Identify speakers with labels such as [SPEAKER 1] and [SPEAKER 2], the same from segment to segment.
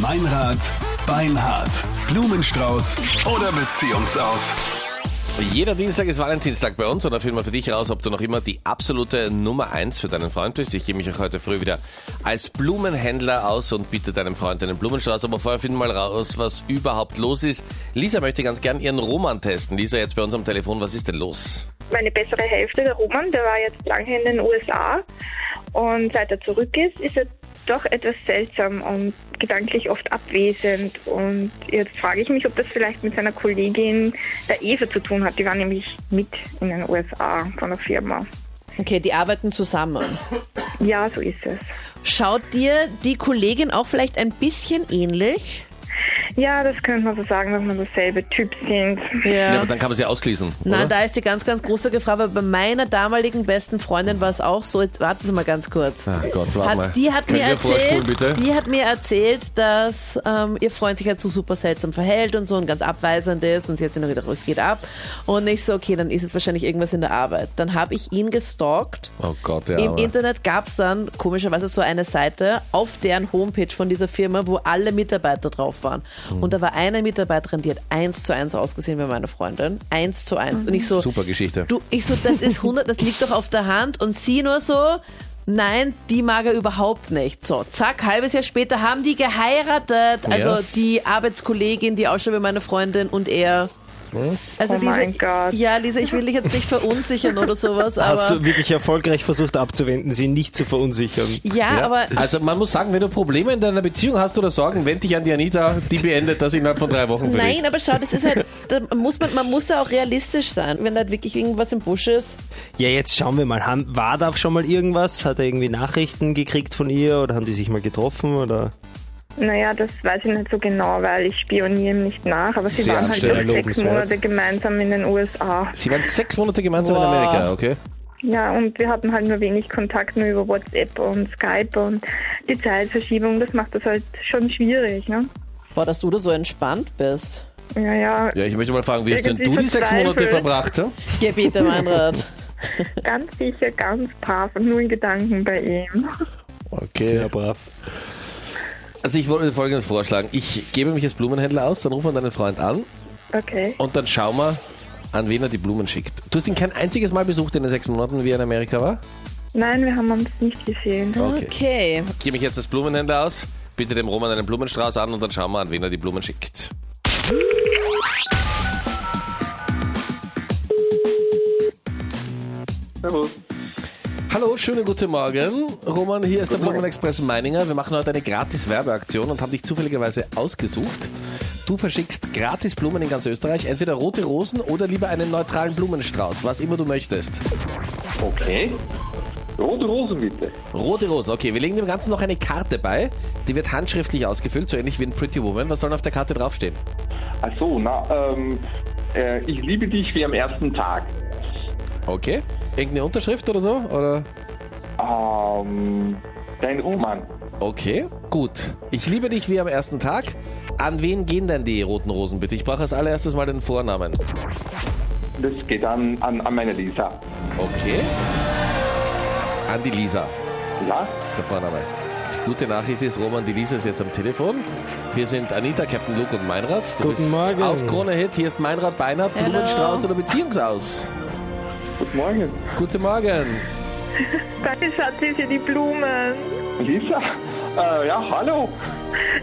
[SPEAKER 1] Meinrad, Beinhard, Blumenstrauß oder Beziehungsaus.
[SPEAKER 2] Jeder Dienstag ist Valentinstag bei uns und da finden wir für dich raus, ob du noch immer die absolute Nummer eins für deinen Freund bist. Ich gebe mich auch heute früh wieder als Blumenhändler aus und biete deinem Freund einen Blumenstrauß. Aber vorher finden wir mal raus, was überhaupt los ist. Lisa möchte ganz gern ihren Roman testen. Lisa, jetzt bei uns am Telefon, was ist denn los?
[SPEAKER 3] Meine bessere Hälfte, der Roman, der war jetzt lange in den USA und seit er zurück ist, ist er doch etwas seltsam und gedanklich oft abwesend. Und jetzt frage ich mich, ob das vielleicht mit seiner Kollegin der Eva zu tun hat. Die war nämlich mit in den USA von der Firma.
[SPEAKER 4] Okay, die arbeiten zusammen.
[SPEAKER 3] Ja, so ist es.
[SPEAKER 4] Schaut dir die Kollegin auch vielleicht ein bisschen ähnlich?
[SPEAKER 3] Ja, das könnte man so sagen, dass wir dasselbe Typ sind.
[SPEAKER 2] Ja, aber dann kann man sie ausschließen.
[SPEAKER 4] Na,
[SPEAKER 2] oder?
[SPEAKER 4] da ist die ganz, ganz große Gefahr, weil bei meiner damaligen besten Freundin war es auch so. Jetzt warten Sie mal ganz kurz.
[SPEAKER 2] Ach Ah, Gott, warte mal.
[SPEAKER 4] Hat, die, hat
[SPEAKER 2] Könnt
[SPEAKER 4] mir
[SPEAKER 2] ihr vorspulen,
[SPEAKER 4] erzählt,
[SPEAKER 2] bitte?
[SPEAKER 4] die hat mir erzählt, dass ähm, ihr Freund sich halt so super seltsam verhält und so und ganz abweisend ist und sie hat sich noch gedacht, es geht ab. Und ich so, okay, dann ist es wahrscheinlich irgendwas in der Arbeit. Dann habe ich ihn gestalkt.
[SPEAKER 2] Oh Gott, ja.
[SPEAKER 4] Im
[SPEAKER 2] aber-
[SPEAKER 4] Internet gab es dann komischerweise so eine Seite auf deren Homepage von dieser Firma, wo alle Mitarbeiter drauf waren.
[SPEAKER 2] Hm.
[SPEAKER 4] Und da war eine Mitarbeiterin, die hat eins zu eins ausgesehen wie meine Freundin. Eins zu eins. Und ich so,
[SPEAKER 2] Super Geschichte.
[SPEAKER 4] du, ich so, das ist 100, das liegt doch auf der Hand. Und sie nur so, nein, die mag er überhaupt nicht. So, zack, halbes Jahr später haben die geheiratet. Also
[SPEAKER 2] Ja.
[SPEAKER 4] die Arbeitskollegin, die ausschaut wie meine Freundin und er.
[SPEAKER 2] Hm?
[SPEAKER 4] Also
[SPEAKER 3] Oh
[SPEAKER 4] Lisa,
[SPEAKER 3] mein Gott.
[SPEAKER 4] Ja, Lisa, ich will dich jetzt nicht verunsichern oder sowas, aber...
[SPEAKER 5] Hast du wirklich erfolgreich versucht abzuwenden, sie nicht zu verunsichern.
[SPEAKER 4] ja,
[SPEAKER 2] Ja,
[SPEAKER 4] aber
[SPEAKER 2] also man muss sagen, wenn du Probleme in deiner Beziehung hast oder Sorgen, wend dich an die Anita, die beendet das innerhalb von drei Wochen für dich.
[SPEAKER 4] Nein, aber schau, das ist halt, da muss man, man muss da auch realistisch sein, wenn da halt wirklich irgendwas im Busch ist.
[SPEAKER 5] Ja, jetzt schauen wir mal. Haben, war da schon mal irgendwas? Hat er irgendwie Nachrichten gekriegt von ihr oder haben die sich mal getroffen? Oder?
[SPEAKER 3] Naja, das weiß ich nicht so genau, weil ich spioniere ihm nicht nach. Aber sie
[SPEAKER 5] Sehr,
[SPEAKER 3] waren halt
[SPEAKER 5] sehr
[SPEAKER 3] doch sechs
[SPEAKER 5] lobenswert.
[SPEAKER 3] Monate gemeinsam in den USA.
[SPEAKER 2] Sie waren sechs Monate gemeinsam in
[SPEAKER 4] Wow.
[SPEAKER 2] Amerika, okay?
[SPEAKER 3] Ja, und wir hatten halt nur wenig Kontakt, nur über WhatsApp und Skype. Und die Zeitverschiebung, das macht das halt schon schwierig. Ne?
[SPEAKER 4] Boah, dass du da so entspannt bist.
[SPEAKER 3] Ja, ja,
[SPEAKER 2] Ja, ich möchte mal fragen, wie hast denn
[SPEAKER 3] Irgendwie
[SPEAKER 2] du die sechs Monate
[SPEAKER 3] verzweifelt.
[SPEAKER 2] verbracht? ja?
[SPEAKER 4] Geh bitte, Meinrad.
[SPEAKER 3] ganz sicher, ganz brav und nur in Gedanken bei ihm.
[SPEAKER 2] Okay.
[SPEAKER 5] brav.
[SPEAKER 2] Also ich wollte Folgendes vorschlagen. Ich gebe mich als Blumenhändler aus, dann rufen wir deinen Freund an
[SPEAKER 3] Okay.
[SPEAKER 2] und dann schauen wir, an wen er die Blumen schickt. Du hast ihn kein einziges Mal besucht in den sechs Monaten, wie er in Amerika war?
[SPEAKER 3] Nein, wir haben uns nicht gesehen.
[SPEAKER 4] Okay.
[SPEAKER 2] Ich gebe mich jetzt als Blumenhändler aus, biete dem Roman einen Blumenstrauß an und dann schauen wir, an wen er die Blumen schickt.
[SPEAKER 6] Servus.
[SPEAKER 2] Hallo, schönen guten Morgen. Roman, hier ist der Blumenexpress Meininger. Wir machen heute eine gratis Werbeaktion und haben dich zufälligerweise ausgesucht. Du verschickst gratis Blumen in ganz Österreich, entweder rote Rosen oder lieber einen neutralen Blumenstrauß, was immer du möchtest.
[SPEAKER 6] Okay. Rote Rosen bitte.
[SPEAKER 2] Rote Rosen, okay, wir legen dem Ganzen noch eine Karte bei. Die wird handschriftlich ausgefüllt, so ähnlich wie in Pretty Woman. Was soll denn auf der Karte draufstehen?
[SPEAKER 6] Ach so, na, ähm, äh, ich liebe dich wie am ersten Tag.
[SPEAKER 2] Okay. Irgendeine Unterschrift oder so? Oder?
[SPEAKER 6] Ähm, dein Roman.
[SPEAKER 2] Okay, gut. Ich liebe dich wie am ersten Tag. An wen gehen denn die roten Rosen bitte? Ich brauche als allererstes mal den Vornamen.
[SPEAKER 6] Das geht an, an, an meine Lisa.
[SPEAKER 2] Okay. An die Lisa,
[SPEAKER 6] Ja?
[SPEAKER 2] der Vorname. Die gute Nachricht ist, Roman, die Lisa ist jetzt am Telefon. Hier sind Anita, Captain Luke und Meinrad. Du
[SPEAKER 5] Guten
[SPEAKER 2] bist
[SPEAKER 5] Morgen.
[SPEAKER 2] auf Krone Hit. Hier ist Meinrad, Beinhard,
[SPEAKER 4] Hallo.
[SPEAKER 2] Blumenstrauß oder Beziehungsaus.
[SPEAKER 6] Guten Morgen.
[SPEAKER 2] Guten Morgen.
[SPEAKER 3] Danke, Schatzi, für die Blumen.
[SPEAKER 6] Lisa? Äh, ja, hallo.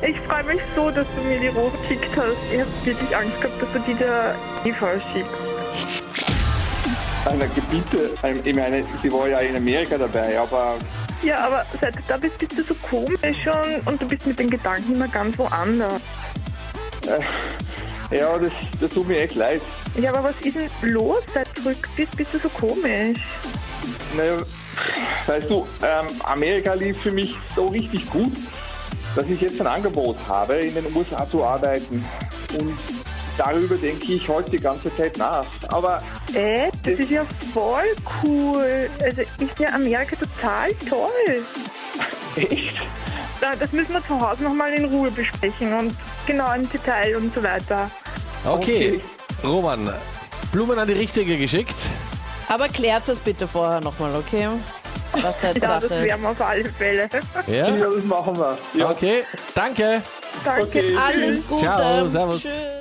[SPEAKER 3] Ich freue mich so, dass du mir die Rosen geschickt hast. Ich habe wirklich Angst gehabt, dass du die der Eva schickst.
[SPEAKER 6] Eine Gebiete. Ähm, Ich meine, sie war ja in Amerika dabei, aber
[SPEAKER 3] Ja, aber seit du da bist, bist du so komisch und, und du bist mit den Gedanken immer ganz woanders.
[SPEAKER 6] ja, das, das tut mir echt leid.
[SPEAKER 3] Ja, aber was ist denn los? Seit du zurück bist, bist du so komisch.
[SPEAKER 6] Naja, weißt du, ähm, Amerika lief für mich so richtig gut, dass ich jetzt ein Angebot habe, in den USA zu arbeiten. Und darüber denke ich heute die ganze Zeit nach. Aber
[SPEAKER 3] Äh, das ist ja voll cool. Also ich finde Amerika total toll.
[SPEAKER 6] echt?
[SPEAKER 3] Da- Das müssen wir zu Hause nochmal in Ruhe besprechen und genau im Detail und so weiter.
[SPEAKER 2] Okay.
[SPEAKER 6] Okay.
[SPEAKER 2] Roman, Blumen an die Richtige geschickt.
[SPEAKER 4] Aber klärt das bitte vorher nochmal, okay? Was da
[SPEAKER 3] Ja, das
[SPEAKER 4] jetzt Sache ist.
[SPEAKER 3] werden wir auf alle Fälle.
[SPEAKER 2] Ja.
[SPEAKER 6] Ja, das machen wir. Ja,
[SPEAKER 2] Okay, danke.
[SPEAKER 3] Danke.
[SPEAKER 6] Okay.
[SPEAKER 4] Alles Gute.
[SPEAKER 2] Ciao, servus.
[SPEAKER 4] Tschüss.